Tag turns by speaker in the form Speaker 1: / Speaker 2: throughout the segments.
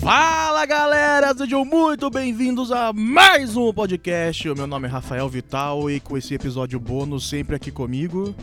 Speaker 1: Fala galera, sejam muito bem-vindos a mais um podcast. O meu nome é Rafael Vital e com esse episódio bônus sempre aqui comigo.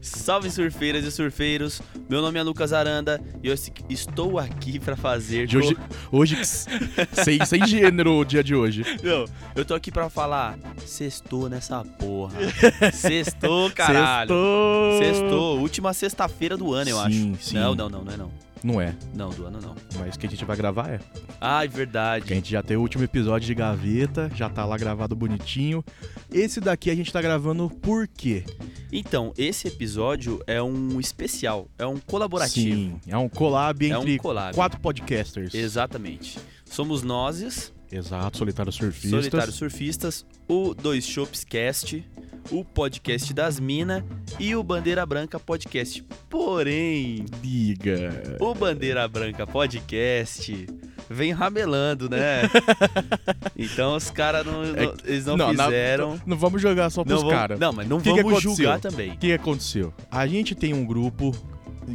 Speaker 2: Salve surfeiras e surfeiros, meu nome é Lucas Aranda e eu se- estou aqui pra fazer.
Speaker 1: De hoje, hoje sem, sem gênero o dia de hoje.
Speaker 2: Não, eu tô aqui pra falar. Sextou nessa porra. Sextou, caralho.
Speaker 1: Sextou.
Speaker 2: Sextou, última sexta-feira do ano, eu
Speaker 1: Sim,
Speaker 2: acho.
Speaker 1: sim.
Speaker 2: Não, não, não, não é não.
Speaker 1: Não é,
Speaker 2: Não, do ano não.
Speaker 1: mas o que a gente vai gravar é.
Speaker 2: Ah, é
Speaker 1: Que a
Speaker 2: verdade.
Speaker 1: gente já tem o último episódio de gaveta, já tá lá gravado bonitinho. Esse daqui a gente tá gravando por quê?
Speaker 2: Então, esse episódio é um especial, é um colaborativo.
Speaker 1: Sim, é um collab
Speaker 2: é
Speaker 1: entre
Speaker 2: um collab.
Speaker 1: quatro podcasters.
Speaker 2: Exatamente. Somos nós,
Speaker 1: Exato, Solitário Surfistas.
Speaker 2: Solitários Surfistas, o Dois Shops Cast, o Podcast das Minas e o Bandeira Branca Podcast. Porém,
Speaker 1: Diga.
Speaker 2: o Bandeira Branca Podcast vem ramelando, né? então os caras não, não-
Speaker 1: É
Speaker 2: eles não,
Speaker 1: na-
Speaker 2: fizeram.
Speaker 1: não vamos jogar só pros
Speaker 2: não, vamos-
Speaker 1: caras.
Speaker 2: não, mas não
Speaker 1: O que que
Speaker 2: vamos
Speaker 1: aconteceu?
Speaker 2: julgar também.
Speaker 1: O que aconteceu? A gente tem um grupo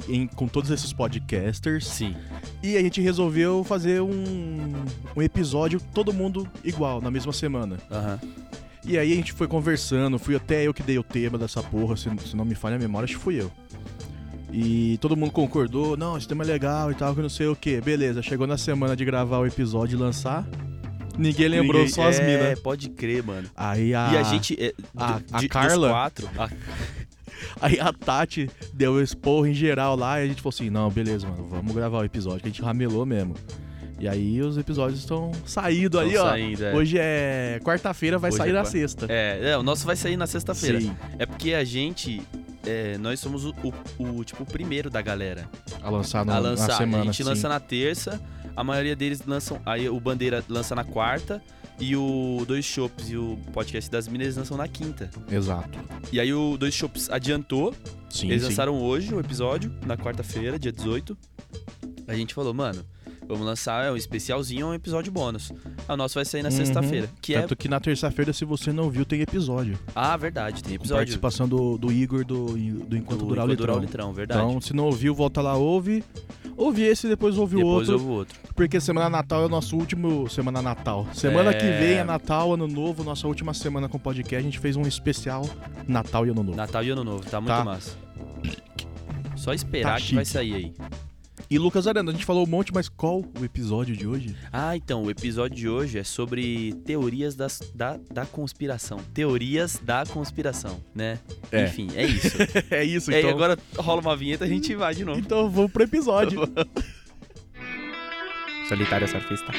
Speaker 1: em- com todos esses podcasters
Speaker 2: Sim.
Speaker 1: e a gente resolveu fazer um, um episódio todo mundo igual, na mesma semana.
Speaker 2: aham.
Speaker 1: E aí a gente foi conversando, fui até eu que dei o tema dessa porra, se, se não me falha a memória, acho que fui eu. E todo mundo concordou, não, esse tema é legal e tal, que não sei o que. Beleza, chegou na semana de gravar o episódio e lançar, ninguém lembrou,
Speaker 2: Ninguém-
Speaker 1: só as
Speaker 2: é,
Speaker 1: minas.
Speaker 2: pode crer, mano.
Speaker 1: Aí a,
Speaker 2: e a gente. é, do-
Speaker 1: a- a
Speaker 2: de- dos
Speaker 1: Carla-
Speaker 2: quatro, a
Speaker 1: aí a Tati deu esse porro em geral lá e a gente falou assim, não, beleza, mano, vamos gravar o episódio, que a gente ramelou mesmo. E aí os episódios estão saídos aí,
Speaker 2: tão
Speaker 1: ó.
Speaker 2: saindo, é.
Speaker 1: Hoje é quarta-feira, vai
Speaker 2: Hoje
Speaker 1: sair
Speaker 2: é
Speaker 1: na
Speaker 2: quarta.
Speaker 1: sexta.
Speaker 2: É, é, o nosso vai sair na sexta-feira.
Speaker 1: Sim,
Speaker 2: É porque a gente. é, nós somos o, o- o, tipo o primeiro da galera
Speaker 1: a lançar, no,
Speaker 2: a lançar.
Speaker 1: Ah, na semana.
Speaker 2: a gente
Speaker 1: sim.
Speaker 2: lança na terça, a maioria deles lançam. Aí o Bandeira lança na quarta. E o Dois Shops e o Podcast das Minas eles lançam na quinta.
Speaker 1: Exato.
Speaker 2: E aí o Dois Shops adiantou.
Speaker 1: Sim,
Speaker 2: eles
Speaker 1: sim.
Speaker 2: lançaram hoje o episódio, na quarta-feira, dia 18. A gente falou, mano, vamos lançar um especialzinho, um episódio bônus. Ah, O nosso vai sair na
Speaker 1: Uhum.
Speaker 2: sexta-feira. Que é.
Speaker 1: Tanto que na terça-feira, se você não viu, tem episódio.
Speaker 2: Ah, verdade, tem
Speaker 1: Com
Speaker 2: episódio.
Speaker 1: Participação do, do Igor do, do Enquanto
Speaker 2: do
Speaker 1: Durar o
Speaker 2: Enquanto Durar
Speaker 1: Litrão.
Speaker 2: o Litrão, é verdade.
Speaker 1: Então, se não ouviu, volta lá, ouve. Ouve esse e depois ouve o
Speaker 2: Depois
Speaker 1: outro.
Speaker 2: houve outro.
Speaker 1: Porque semana Natal é o nosso último semana Natal. Semana
Speaker 2: É.
Speaker 1: que vem é Natal, Ano Novo, nossa última semana com podcast. A gente fez um especial Natal e Ano Novo.
Speaker 2: Natal e Ano Novo, tá muito
Speaker 1: Tá.
Speaker 2: massa. Só esperar
Speaker 1: Tá
Speaker 2: que
Speaker 1: chique.
Speaker 2: vai sair aí.
Speaker 1: E Lucas Aranda, a gente falou um monte, mas qual o episódio de hoje?
Speaker 2: Ah, então, o episódio de hoje é sobre teorias das, da, da conspiração. Teorias da conspiração, né?
Speaker 1: É.
Speaker 2: Enfim, é isso.
Speaker 1: é isso,
Speaker 2: e aí, agora rola uma vinheta e a gente vai de novo.
Speaker 1: Então vamos pro episódio.
Speaker 2: Solitária surfista.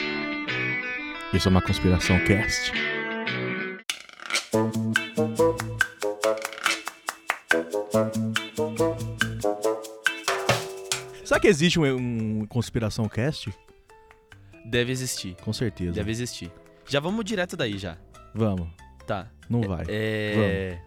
Speaker 1: Isso é uma conspiração cast. Será que existe um, um conspiração cast?
Speaker 2: Deve existir,
Speaker 1: Com certeza.
Speaker 2: deve existir. Já vamos direto daí já.
Speaker 1: Vamos,
Speaker 2: Tá.
Speaker 1: não vai.
Speaker 2: É.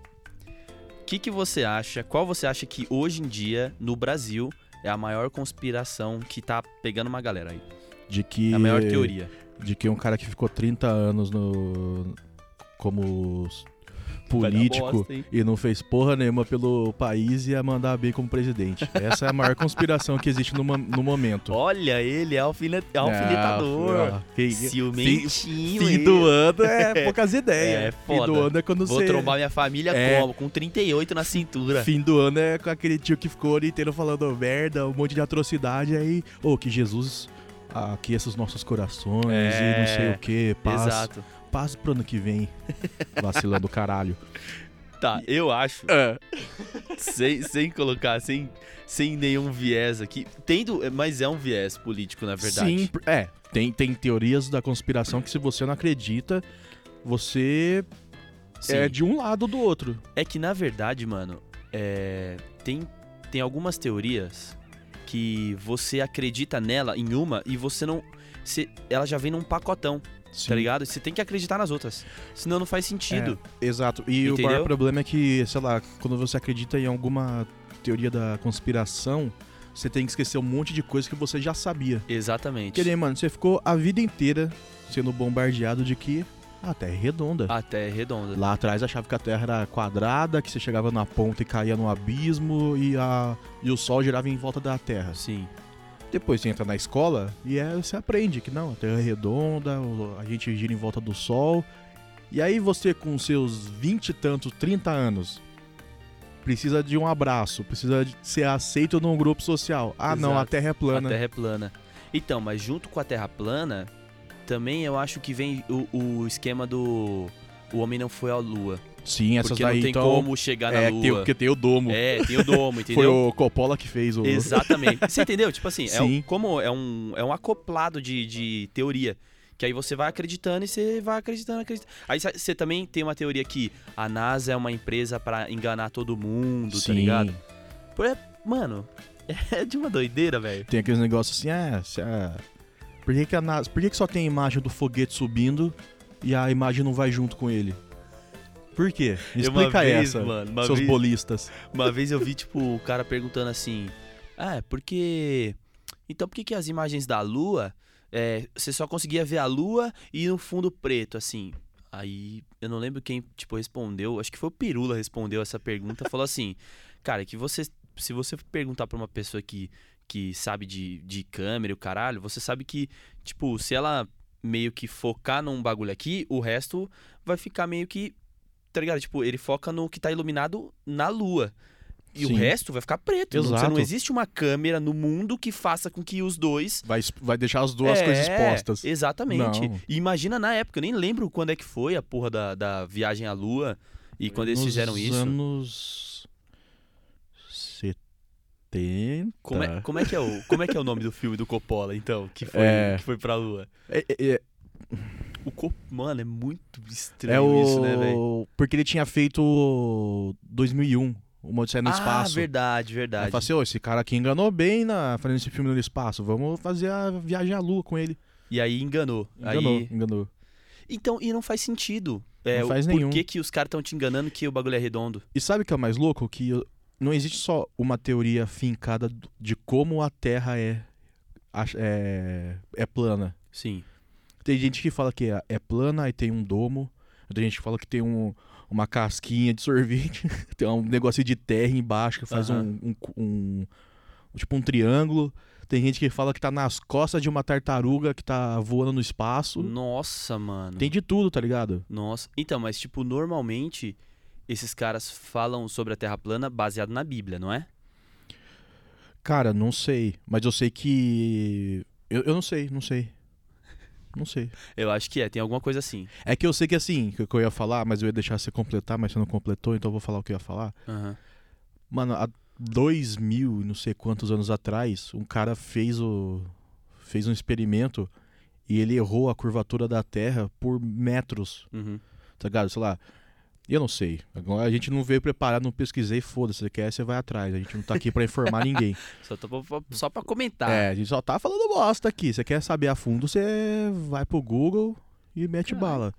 Speaker 2: O que, que você acha? Qual você acha que hoje em dia, no Brasil, é a maior conspiração que tá pegando uma galera aí?
Speaker 1: De que
Speaker 2: É a maior teoria.
Speaker 1: de que um cara que ficou 30 anos no como s-
Speaker 2: Vai dar
Speaker 1: político
Speaker 2: bosta, hein?
Speaker 1: e não fez porra nenhuma pelo país ia mandar bem como presidente. Essa é a maior conspiração que existe no, ma- no momento.
Speaker 2: Olha, ele é alfinet... alfinetador.
Speaker 1: Ah, que-
Speaker 2: Ciumentinho.
Speaker 1: Fim
Speaker 2: ele.
Speaker 1: do ano é poucas
Speaker 2: É
Speaker 1: ideias.
Speaker 2: foda.
Speaker 1: Fim do ano é quando
Speaker 2: Vou
Speaker 1: você.
Speaker 2: trombar minha família
Speaker 1: É.
Speaker 2: como? Com 38 na cintura.
Speaker 1: Fim do ano é com aquele tio que ficou o ano inteiro falando merda, um monte de atrocidade aí. Ô, que Jesus aqueça os nossos corações e não sei
Speaker 2: É,
Speaker 1: o que. Paz,
Speaker 2: Exato.
Speaker 1: paz pro ano que vem. Vacilando do caralho.
Speaker 2: Tá, eu acho,
Speaker 1: É.
Speaker 2: sem, sem colocar, sem, sem nenhum viés aqui. Tendo, mas é um viés político, na verdade.
Speaker 1: Sim, é. Tem, tem teorias da conspiração que se você não acredita, você
Speaker 2: Sim.
Speaker 1: é de um lado ou do outro.
Speaker 2: É que na verdade, mano, é, tem, tem algumas teorias que você acredita nela em uma e você não. você- ela já vem num pacotão,
Speaker 1: Sim.
Speaker 2: tá ligado? Você tem que acreditar nas outras. Senão não faz sentido.
Speaker 1: Exato. E o
Speaker 2: Entendeu?
Speaker 1: maior problema é que, sei lá, quando você acredita em alguma teoria da conspiração, você tem que esquecer um monte de coisa que você já sabia. né,
Speaker 2: Exatamente.
Speaker 1: Que nem, mano, você ficou a vida inteira sendo bombardeado de que A Terra é redonda.
Speaker 2: A Terra é redonda.
Speaker 1: Lá atrás achava que a Terra era quadrada, que você chegava na ponta e caía no abismo e, a... e o Sol girava em volta da Terra.
Speaker 2: Sim.
Speaker 1: Depois você entra na escola e é, você aprende que não, a Terra é redonda, o- a gente gira em volta do Sol. E aí você com seus 20 e tantos, 30 anos, precisa de um abraço, precisa de ser aceito num grupo social. Ah não, a
Speaker 2: Exato.
Speaker 1: Terra é plana.
Speaker 2: A Terra é plana. Então, mas junto com a Terra plana, também eu acho que vem o, o esquema do o homem não foi à Lua,
Speaker 1: Sim, essas
Speaker 2: porque
Speaker 1: daí
Speaker 2: não tem
Speaker 1: então...
Speaker 2: como chegar na
Speaker 1: é,
Speaker 2: Lua.
Speaker 1: tem, porque tem o domo.
Speaker 2: É, tem o domo,
Speaker 1: Foi
Speaker 2: entendeu?
Speaker 1: o Coppola que fez o...
Speaker 2: Exatamente. Você entendeu? Tipo assim, é
Speaker 1: Sim.
Speaker 2: um, como é um, é um acoplado de, de teoria. Que aí você vai acreditando e você vai acreditando, acreditando. Aí sa- você também tem uma teoria que a NASA é uma empresa pra enganar todo mundo, tá
Speaker 1: Sim.
Speaker 2: ligado? Mano, é de uma doideira, velho.
Speaker 1: Tem aqueles negócios assim, é. se a- Por que, que a NASA. Por que, que só tem a imagem do foguete subindo e a imagem não vai junto com ele? Por quê? Me
Speaker 2: Eu uma
Speaker 1: Explica
Speaker 2: vez,
Speaker 1: essa,
Speaker 2: mano, uma
Speaker 1: seus
Speaker 2: vez-
Speaker 1: bolistas.
Speaker 2: Uma vez eu vi, tipo, o cara perguntando assim: Ah, porque. Então por que, que as imagens da lua. é, você só conseguia ver a lua e um fundo preto, assim. Aí eu não lembro quem, tipo, respondeu. Acho que foi o Pirula respondeu essa pergunta. falou assim: Cara, que você. Se você perguntar pra uma pessoa que, que sabe de, de câmera e o caralho, você sabe que, tipo, se ela meio que focar num bagulho aqui, o resto vai ficar meio que. Tá ligado? Tipo, ele foca no que tá iluminado na lua. E
Speaker 1: Sim.
Speaker 2: o resto vai ficar preto. Não-
Speaker 1: Exato.
Speaker 2: Você não existe uma câmera no mundo que faça com que os dois.
Speaker 1: Vai, es- vai deixar as duas
Speaker 2: É,
Speaker 1: coisas expostas.
Speaker 2: Exatamente.
Speaker 1: Não.
Speaker 2: E imagina na época, eu nem lembro quando é que foi a porra da, da viagem à lua e quando eles
Speaker 1: Nos
Speaker 2: fizeram isso.
Speaker 1: anos. 70.
Speaker 2: Como é, como, é que é o, como é que é o nome do filme do Coppola, então, que foi,
Speaker 1: tá. É.
Speaker 2: que foi pra lua?
Speaker 1: É, é, é-
Speaker 2: O Cop... Mano, é muito estranho
Speaker 1: é o.
Speaker 2: isso, né, velho?
Speaker 1: Porque ele tinha feito o 2001, Uma Odisseia no
Speaker 2: ah,
Speaker 1: Espaço.
Speaker 2: verdade, verdade.
Speaker 1: Aí fala assim, "Ô, esse cara aqui enganou bem na fazendo esse filme no espaço. Vamos fazer a viagem à lua com ele.
Speaker 2: E aí enganou.
Speaker 1: Enganou,
Speaker 2: Aí...
Speaker 1: enganou.
Speaker 2: Então, e não faz sentido. É,
Speaker 1: Não faz
Speaker 2: o...
Speaker 1: nenhum.
Speaker 2: Por que, que os caras estão te enganando que o bagulho é redondo?
Speaker 1: E sabe o que é o mais louco? Que eu- não existe só uma teoria fincada do- de como a Terra é, ach- é, é plana.
Speaker 2: Sim.
Speaker 1: Tem gente que fala que é, é plana e tem um domo. Tem gente que fala que tem um- uma casquinha de sorvete. tem um negocinho de terra embaixo que faz
Speaker 2: Aham.
Speaker 1: um, um- um- Tipo um triângulo. Tem gente que fala que tá nas costas de uma tartaruga que tá voando no espaço.
Speaker 2: Nossa, mano.
Speaker 1: Tem de tudo, tá ligado?
Speaker 2: Nossa. Então, mas tipo, normalmente esses caras falam sobre a Terra plana baseado na Bíblia, não é?
Speaker 1: Cara, não sei. Mas eu sei que. Eu, eu não sei, não sei. Não sei.
Speaker 2: Eu acho que é, tem alguma coisa assim.
Speaker 1: É que eu sei que assim, que o que eu ia falar, mas eu ia deixar você completar, mas você não completou, então eu vou falar o que eu ia falar.
Speaker 2: Aham.
Speaker 1: Mano, há dois mil e não sei quantos anos atrás, um cara fez o. fez um experimento e ele errou a curvatura da Terra por metros.
Speaker 2: Uhum.
Speaker 1: tá ligado? Sei lá. Eu não sei. Agora a gente não veio preparado, não pesquisei, foda-se, você quer, você vai atrás. A gente não tá aqui pra informar ninguém.
Speaker 2: Só, tô pra- pra- só pra comentar.
Speaker 1: É, a gente só tá falando bosta aqui. Você quer saber a fundo, você vai pro Google e mete
Speaker 2: Caralho.
Speaker 1: bala.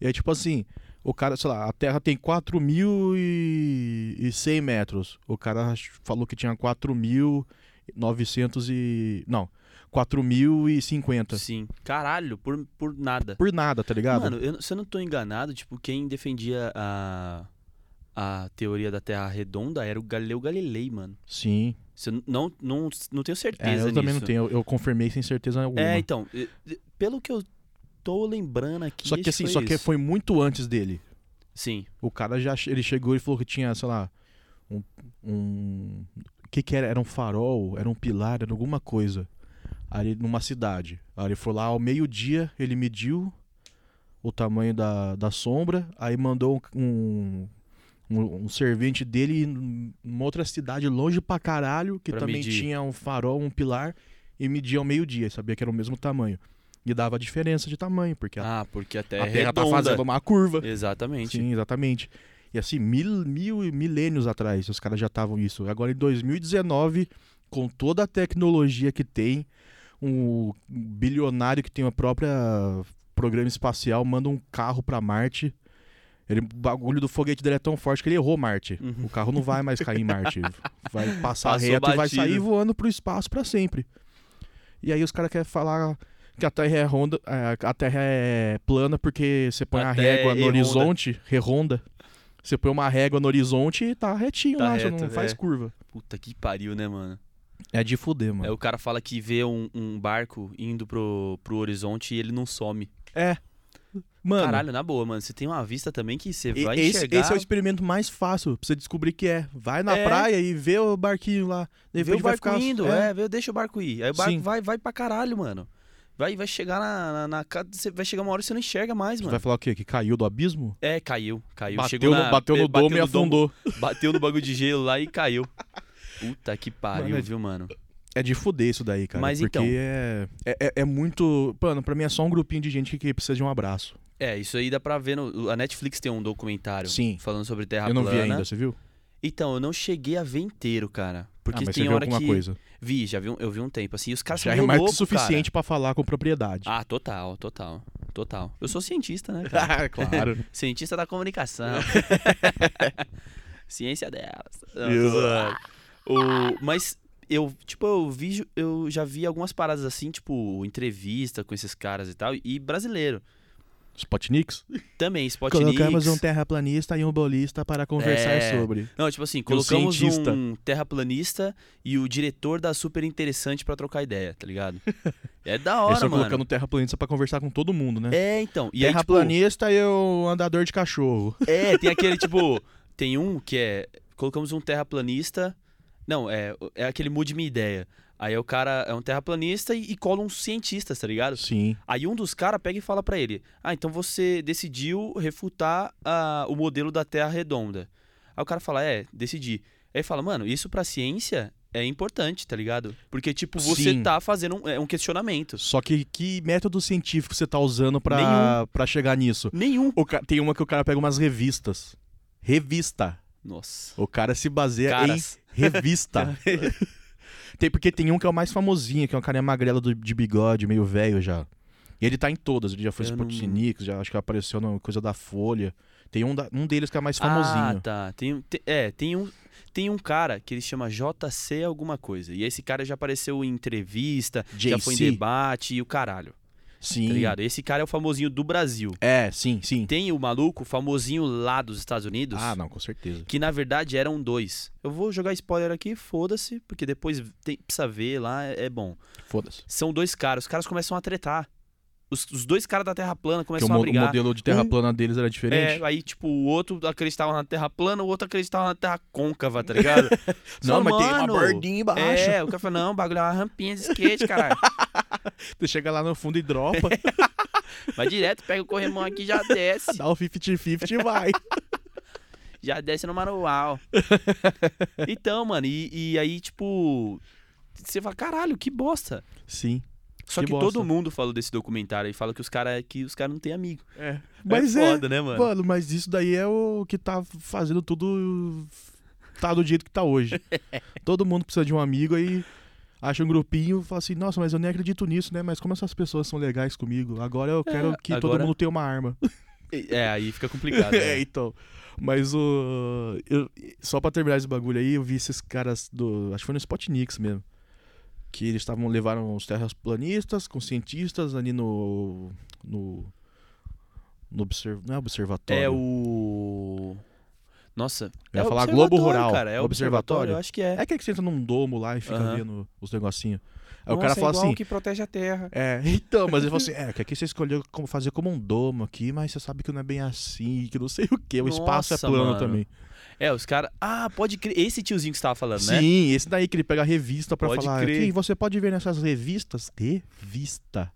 Speaker 1: E é tipo assim, o cara, sei lá, a Terra tem 4.100 metros. O cara ach- falou que tinha 4.900 e... Não, 4.050.
Speaker 2: Sim. Caralho, por, por nada.
Speaker 1: Por nada, tá ligado?
Speaker 2: Mano, eu, não- se eu não tô enganado, tipo, quem defendia a, a teoria da Terra redonda era o Galileu Galilei, mano.
Speaker 1: Sim.
Speaker 2: Se eu n- não, não, não tenho certeza
Speaker 1: É, eu
Speaker 2: nisso.
Speaker 1: também não tenho, eu, eu confirmei sem certeza alguma.
Speaker 2: É, então, e- e- pelo que eu tô lembrando aqui.
Speaker 1: só que
Speaker 2: acho
Speaker 1: assim,
Speaker 2: foi
Speaker 1: só que
Speaker 2: isso.
Speaker 1: foi muito antes dele.
Speaker 2: Sim.
Speaker 1: O cara já che- ele chegou e falou que tinha, sei lá, um. um o que, que era? Era um farol, era um pilar, era alguma coisa. Ali numa cidade. Aí ele foi lá ao meio-dia, ele mediu o tamanho da, da sombra, aí mandou um, um, um servente dele ir num- numa outra cidade longe pra caralho, que
Speaker 2: Pra
Speaker 1: também
Speaker 2: medir.
Speaker 1: tinha um farol, um pilar, e media ao meio-dia, sabia que era o mesmo tamanho. E dava diferença de tamanho, porque a-
Speaker 2: Ah, porque a
Speaker 1: a,
Speaker 2: Terra, é
Speaker 1: Terra tá
Speaker 2: redonda.
Speaker 1: fazendo uma curva.
Speaker 2: Exatamente.
Speaker 1: Sim, exatamente. E assim, mil, mil e milênios atrás, os caras já estavam isso. Agora em 2019, com toda a tecnologia que tem, um bilionário que tem a própria programa espacial manda um carro pra Marte. Ele, o bagulho do foguete dele é tão forte que ele errou Marte.
Speaker 2: Uhum.
Speaker 1: O carro não vai mais cair em Marte. Vai passar
Speaker 2: Passou
Speaker 1: reto e vai
Speaker 2: batido.
Speaker 1: sair voando pro espaço pra sempre. E aí os caras querem falar que a Terra é ronda, é, a Terra é plana porque você põe
Speaker 2: A
Speaker 1: a
Speaker 2: Terra
Speaker 1: régua
Speaker 2: é
Speaker 1: no horizonte, redonda. Você põe uma régua no horizonte e tá retinho
Speaker 2: Tá
Speaker 1: lá, você
Speaker 2: reto,
Speaker 1: não faz
Speaker 2: é.
Speaker 1: curva.
Speaker 2: Puta que pariu, né, mano?
Speaker 1: É de fuder, mano.
Speaker 2: É, o cara fala que vê um, um barco indo pro, pro horizonte e ele não some.
Speaker 1: Mano,
Speaker 2: Caralho, na boa, mano. Você tem uma vista também que você
Speaker 1: e-
Speaker 2: vai
Speaker 1: esse,
Speaker 2: enxergar.
Speaker 1: esse é o experimento mais fácil pra você descobrir que é. Vai na
Speaker 2: É.
Speaker 1: praia e vê o barquinho lá. De
Speaker 2: Vê o
Speaker 1: repente vai
Speaker 2: barco
Speaker 1: ficar.
Speaker 2: indo,
Speaker 1: é.
Speaker 2: é. vê, deixa o barco ir. Aí o barco
Speaker 1: Sim.
Speaker 2: vai, vai pra caralho, mano. Vai, vai chegar na, na, na ca- você- Vai chegar uma hora que você não enxerga mais,
Speaker 1: Você
Speaker 2: mano.
Speaker 1: vai falar o quê? Que caiu do abismo?
Speaker 2: É, caiu, caiu.
Speaker 1: Bateu
Speaker 2: Chegou
Speaker 1: no,
Speaker 2: na-
Speaker 1: bateu no domo e
Speaker 2: no domo,
Speaker 1: afundou.
Speaker 2: bateu no bagulho de gelo lá e caiu. Puta que pariu,
Speaker 1: Mano, é-
Speaker 2: viu, mano?
Speaker 1: É de fuder isso daí, cara.
Speaker 2: Mas
Speaker 1: porque
Speaker 2: então.
Speaker 1: é, é, é- é muito. Mano, pra mim é só um grupinho de gente que precisa de um abraço.
Speaker 2: É, isso aí dá pra ver. No, a Netflix tem um documentário
Speaker 1: Sim.
Speaker 2: falando sobre Terra
Speaker 1: eu não
Speaker 2: plana.
Speaker 1: vi ainda, você viu?
Speaker 2: Então, eu não cheguei a ver inteiro, cara. Porque
Speaker 1: ah, mas
Speaker 2: tem
Speaker 1: você viu
Speaker 2: hora
Speaker 1: alguma
Speaker 2: que.
Speaker 1: coisa.
Speaker 2: Vi, já vi um, eu vi um tempo, assim. e Os caras
Speaker 1: Já
Speaker 2: são
Speaker 1: é
Speaker 2: meio
Speaker 1: mais que
Speaker 2: loucos,
Speaker 1: suficiente pra falar com propriedade.
Speaker 2: Cara. Ah, total, total. Total. Eu sou cientista, né, cara?
Speaker 1: claro.
Speaker 2: Cientista da comunicação. Ciência delas.
Speaker 1: Exato.
Speaker 2: O, mas eu, tipo, eu vi, ju- eu já vi algumas paradas assim, tipo, entrevista com esses caras e tal, e brasileiro.
Speaker 1: Spotniks?
Speaker 2: Também, Spotnix.
Speaker 1: Colocamos um terraplanista e um bolista para conversar
Speaker 2: É.
Speaker 1: sobre.
Speaker 2: Não, tipo assim, colocamos
Speaker 1: cientista.
Speaker 2: um terraplanista e o diretor da Super Interessante pra trocar ideia, tá ligado? É da
Speaker 1: Eles
Speaker 2: hora,
Speaker 1: estão
Speaker 2: mano.
Speaker 1: colocando um terraplanista pra conversar com todo mundo, né?
Speaker 2: É, então. E aí, tipo,
Speaker 1: terraplanista e o andador de cachorro.
Speaker 2: É, tem aquele tipo. Tem um que é. Colocamos um terraplanista. Não, é, é aquele mude minha ideia. Aí o cara é um terraplanista e, e cola uns cientistas, tá ligado?
Speaker 1: Sim.
Speaker 2: Aí um dos caras pega e fala pra ele: Ah, então você decidiu refutar ah, o modelo da Terra redonda. Aí o cara fala: É, decidi. Aí ele fala: Mano, isso pra ciência é importante, tá ligado? Porque, tipo, você
Speaker 1: Sim.
Speaker 2: tá fazendo um, é, um questionamento.
Speaker 1: Só que que método científico você tá usando pra, pra chegar nisso?
Speaker 2: Nenhum.
Speaker 1: O ca- Tem uma que o cara pega umas revistas. Revista.
Speaker 2: Nossa.
Speaker 1: O cara se baseia em
Speaker 2: Caras.
Speaker 1: revista. tem porque tem um que é o mais famosinho, que é um carinha magrelo do- de bigode, meio velho já. E ele tá em todas, ele já foi
Speaker 2: Eu não-
Speaker 1: Spotnik, já acho que apareceu na coisa da Folha. Tem um, da- um deles que é mais
Speaker 2: Ah,
Speaker 1: famosinho.
Speaker 2: tá. Tem, um- te- é, tem um, tem um cara que ele chama JC alguma coisa. E esse cara já apareceu em entrevista, já foi em
Speaker 1: JC.
Speaker 2: debate e o caralho.
Speaker 1: Sim.
Speaker 2: Tá ligado? Esse cara é o famosinho do Brasil.
Speaker 1: É, sim, sim.
Speaker 2: Tem o maluco famosinho lá dos Estados Unidos.
Speaker 1: Ah, não, com certeza.
Speaker 2: Que na verdade eram dois. Eu vou jogar spoiler aqui, foda-se, porque depois tem, precisa ver lá, é, é bom.
Speaker 1: Foda-se.
Speaker 2: São dois caras, os caras começam a tretar. Os, os dois caras da Terra plana
Speaker 1: Porque
Speaker 2: começam
Speaker 1: o, mo-
Speaker 2: a
Speaker 1: o
Speaker 2: brigar.
Speaker 1: modelo de terra
Speaker 2: Um-
Speaker 1: plana deles era diferente.
Speaker 2: É, aí, tipo, o outro acreditava na terra plana, o outro acreditava na terra côncava, tá ligado? Você fala, "Mano,
Speaker 1: É.
Speaker 2: É, o cara fala, não, o bagulho é uma rampinha de skate, caralho.
Speaker 1: Tu chega lá no fundo e dropa,
Speaker 2: Vai direto, pega o corrimão aqui e já desce.
Speaker 1: dá o 50-50 e vai.
Speaker 2: Já desce no manual. Então, mano, e, e aí, tipo. Você fala, caralho, que bosta.
Speaker 1: Sim.
Speaker 2: Só que,
Speaker 1: Que bosta.
Speaker 2: todo mundo falou desse documentário e fala que os caras que os cara não têm amigo.
Speaker 1: É. Mas
Speaker 2: é
Speaker 1: é,
Speaker 2: foda, né, mano?
Speaker 1: Mano, mas isso daí é o que tá fazendo tudo. Tá do jeito que tá hoje. Todo mundo precisa de um amigo aí. Acha um grupinho e fala assim, nossa, mas eu nem acredito nisso, né? Mas como essas pessoas são legais comigo? Agora eu quero que todo
Speaker 2: É, agora-
Speaker 1: mundo tenha uma arma.
Speaker 2: É, aí fica complicado.
Speaker 1: É,
Speaker 2: Né?
Speaker 1: então. Mas o. eu- só pra terminar esse bagulho aí, eu vi esses caras do. Acho que foi no Spotnix mesmo. Que eles estavam. Levaram os terraplanistas com cientistas ali no. No. No observ, não é observatório.
Speaker 2: É o. Nossa.
Speaker 1: Eu ia
Speaker 2: é
Speaker 1: falar Globo
Speaker 2: observatório,
Speaker 1: Rural.
Speaker 2: Cara, é
Speaker 1: Observatório?
Speaker 2: observatório? Eu acho que é.
Speaker 1: É aquele que você entra num domo lá e fica
Speaker 2: Aham. é
Speaker 1: vendo os negocinhos. Aí o cara fala assim.
Speaker 2: que protege a terra.
Speaker 1: É, então, mas ele falou assim: é, que aqui você escolheu como fazer como um domo aqui, mas você sabe que não é bem assim, que não sei o quê. O espaço é
Speaker 2: Nossa,
Speaker 1: plano
Speaker 2: mano.
Speaker 1: também.
Speaker 2: É, os caras. Ah, pode crer. Esse tiozinho que você tava falando, né?
Speaker 1: Sim, esse daí que ele pega a revista pra
Speaker 2: Pode
Speaker 1: falar.
Speaker 2: crer.
Speaker 1: "Aqui, você pode ver nessas revistas. Revista.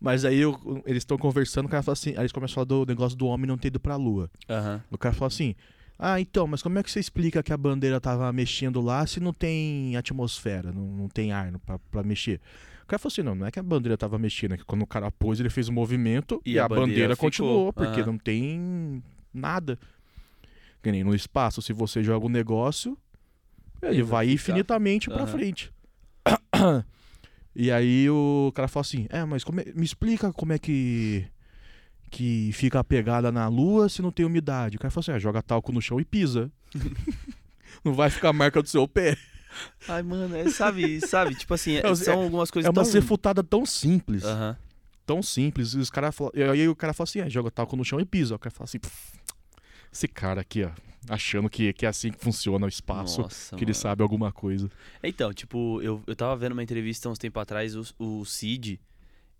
Speaker 1: Mas aí eu- eles estão conversando, o cara fala assim, aí eles começam a falar do negócio do homem não ter ido pra lua.
Speaker 2: Aham.
Speaker 1: O cara fala assim: Ah, então, mas como é que você explica que a bandeira tava mexendo lá se não tem atmosfera, não, não tem ar não- pra, pra mexer? O cara falou assim: não, não é que a bandeira tava mexendo, é que quando o cara pôs, ele fez o movimento e, a, bandeira,
Speaker 2: ficou.
Speaker 1: continuou, porque
Speaker 2: Aham.
Speaker 1: não tem nada. Que nem no espaço, se você joga um negócio, ele
Speaker 2: Ele
Speaker 1: vai
Speaker 2: vai ficar.
Speaker 1: infinitamente pra
Speaker 2: Aham.
Speaker 1: frente. E aí o cara fala assim: É, mas como é- me explica como é que que fica a pegada na lua se não tem umidade. O cara fala assim: ah, joga talco no chão e pisa. não vai ficar a marca do seu pé.
Speaker 2: Ai, mano, é, sabe, sabe, tipo assim, é-
Speaker 1: É,
Speaker 2: são algumas coisas
Speaker 1: é uma
Speaker 2: tão...
Speaker 1: refutada tão simples.
Speaker 2: então. Aham.
Speaker 1: tão simples. E os cara fala- e aí o cara fala assim: é, joga talco no chão e pisa. O cara fala assim: "Pff, esse cara aqui, ó, achando que, que é assim que funciona o espaço,
Speaker 2: Nossa,
Speaker 1: que ele
Speaker 2: mano.
Speaker 1: sabe alguma coisa.
Speaker 2: Então, tipo, eu, eu tava vendo uma entrevista uns tempo atrás, o, o Cid,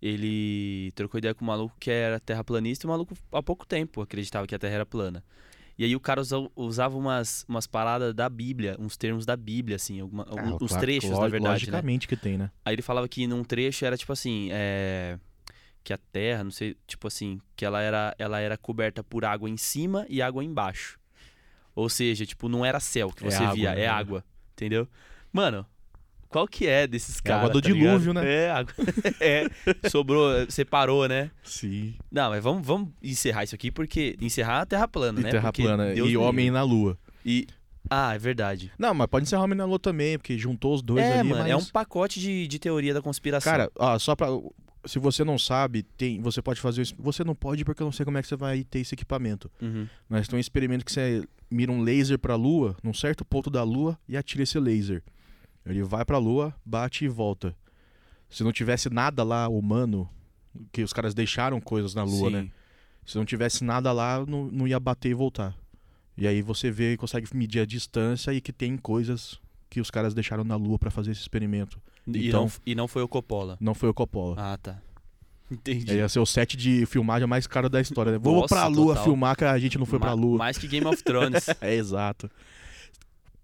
Speaker 2: ele trocou ideia com um maluco que era terraplanista e o maluco há pouco tempo acreditava que a Terra era plana. E aí o cara usa- usava umas, umas paradas da Bíblia, uns termos da Bíblia, assim, alguma, algum-
Speaker 1: Ah,
Speaker 2: uns
Speaker 1: claro,
Speaker 2: trechos,
Speaker 1: lo-
Speaker 2: na verdade, né?
Speaker 1: Logicamente que tem, né?
Speaker 2: Aí ele falava que num trecho era tipo assim, é, que a terra, não sei, tipo assim, que ela era, ela era coberta por água em cima e água embaixo. Ou seja, tipo, não era céu que
Speaker 1: É
Speaker 2: você
Speaker 1: água,
Speaker 2: via,
Speaker 1: né,
Speaker 2: é
Speaker 1: velho?
Speaker 2: água, entendeu? Mano, qual que é desses
Speaker 1: É
Speaker 2: caras?
Speaker 1: água do
Speaker 2: tá ligado?
Speaker 1: dilúvio, né?
Speaker 2: É, água. é, sobrou, separou, né?
Speaker 1: Sim.
Speaker 2: Não, mas vamos, vamos encerrar isso aqui, porque encerrar a terra plana,
Speaker 1: E
Speaker 2: né?
Speaker 1: terra
Speaker 2: Porque
Speaker 1: plana.
Speaker 2: Deus
Speaker 1: e
Speaker 2: me
Speaker 1: homem
Speaker 2: livre.
Speaker 1: na lua.
Speaker 2: E... Ah, é verdade.
Speaker 1: Não, mas pode encerrar homem na lua também, porque juntou os dois
Speaker 2: É,
Speaker 1: ali.
Speaker 2: mano,
Speaker 1: mas...
Speaker 2: é um pacote de, de teoria da conspiração.
Speaker 1: Cara, ó, só pra. Se você não sabe, tem, você pode fazer isso. Você não pode porque eu não sei como é que você vai ter esse equipamento.
Speaker 2: Uhum.
Speaker 1: Mas tem um experimento que você mira um laser pra lua, num certo ponto da lua, e atira esse laser. Ele vai pra lua, bate e volta. Se não tivesse nada lá humano, que os caras deixaram coisas na lua,
Speaker 2: Sim.
Speaker 1: né? Se não tivesse nada lá, não, não ia bater e voltar. E aí você vê e consegue medir a distância e que tem coisas que os caras deixaram na lua pra fazer esse experimento.
Speaker 2: E,
Speaker 1: Então-
Speaker 2: não, e não foi o Coppola.
Speaker 1: Não foi o Coppola.
Speaker 2: Ah, tá.
Speaker 1: É,
Speaker 2: Entendi.
Speaker 1: Ia ser o set de filmagem mais caro da história, né? Vamos
Speaker 2: Nossa,
Speaker 1: pra lua
Speaker 2: total.
Speaker 1: filmar que a gente não foi pra
Speaker 2: Ma-
Speaker 1: lua.
Speaker 2: Mais que Game of Thrones.
Speaker 1: É exato.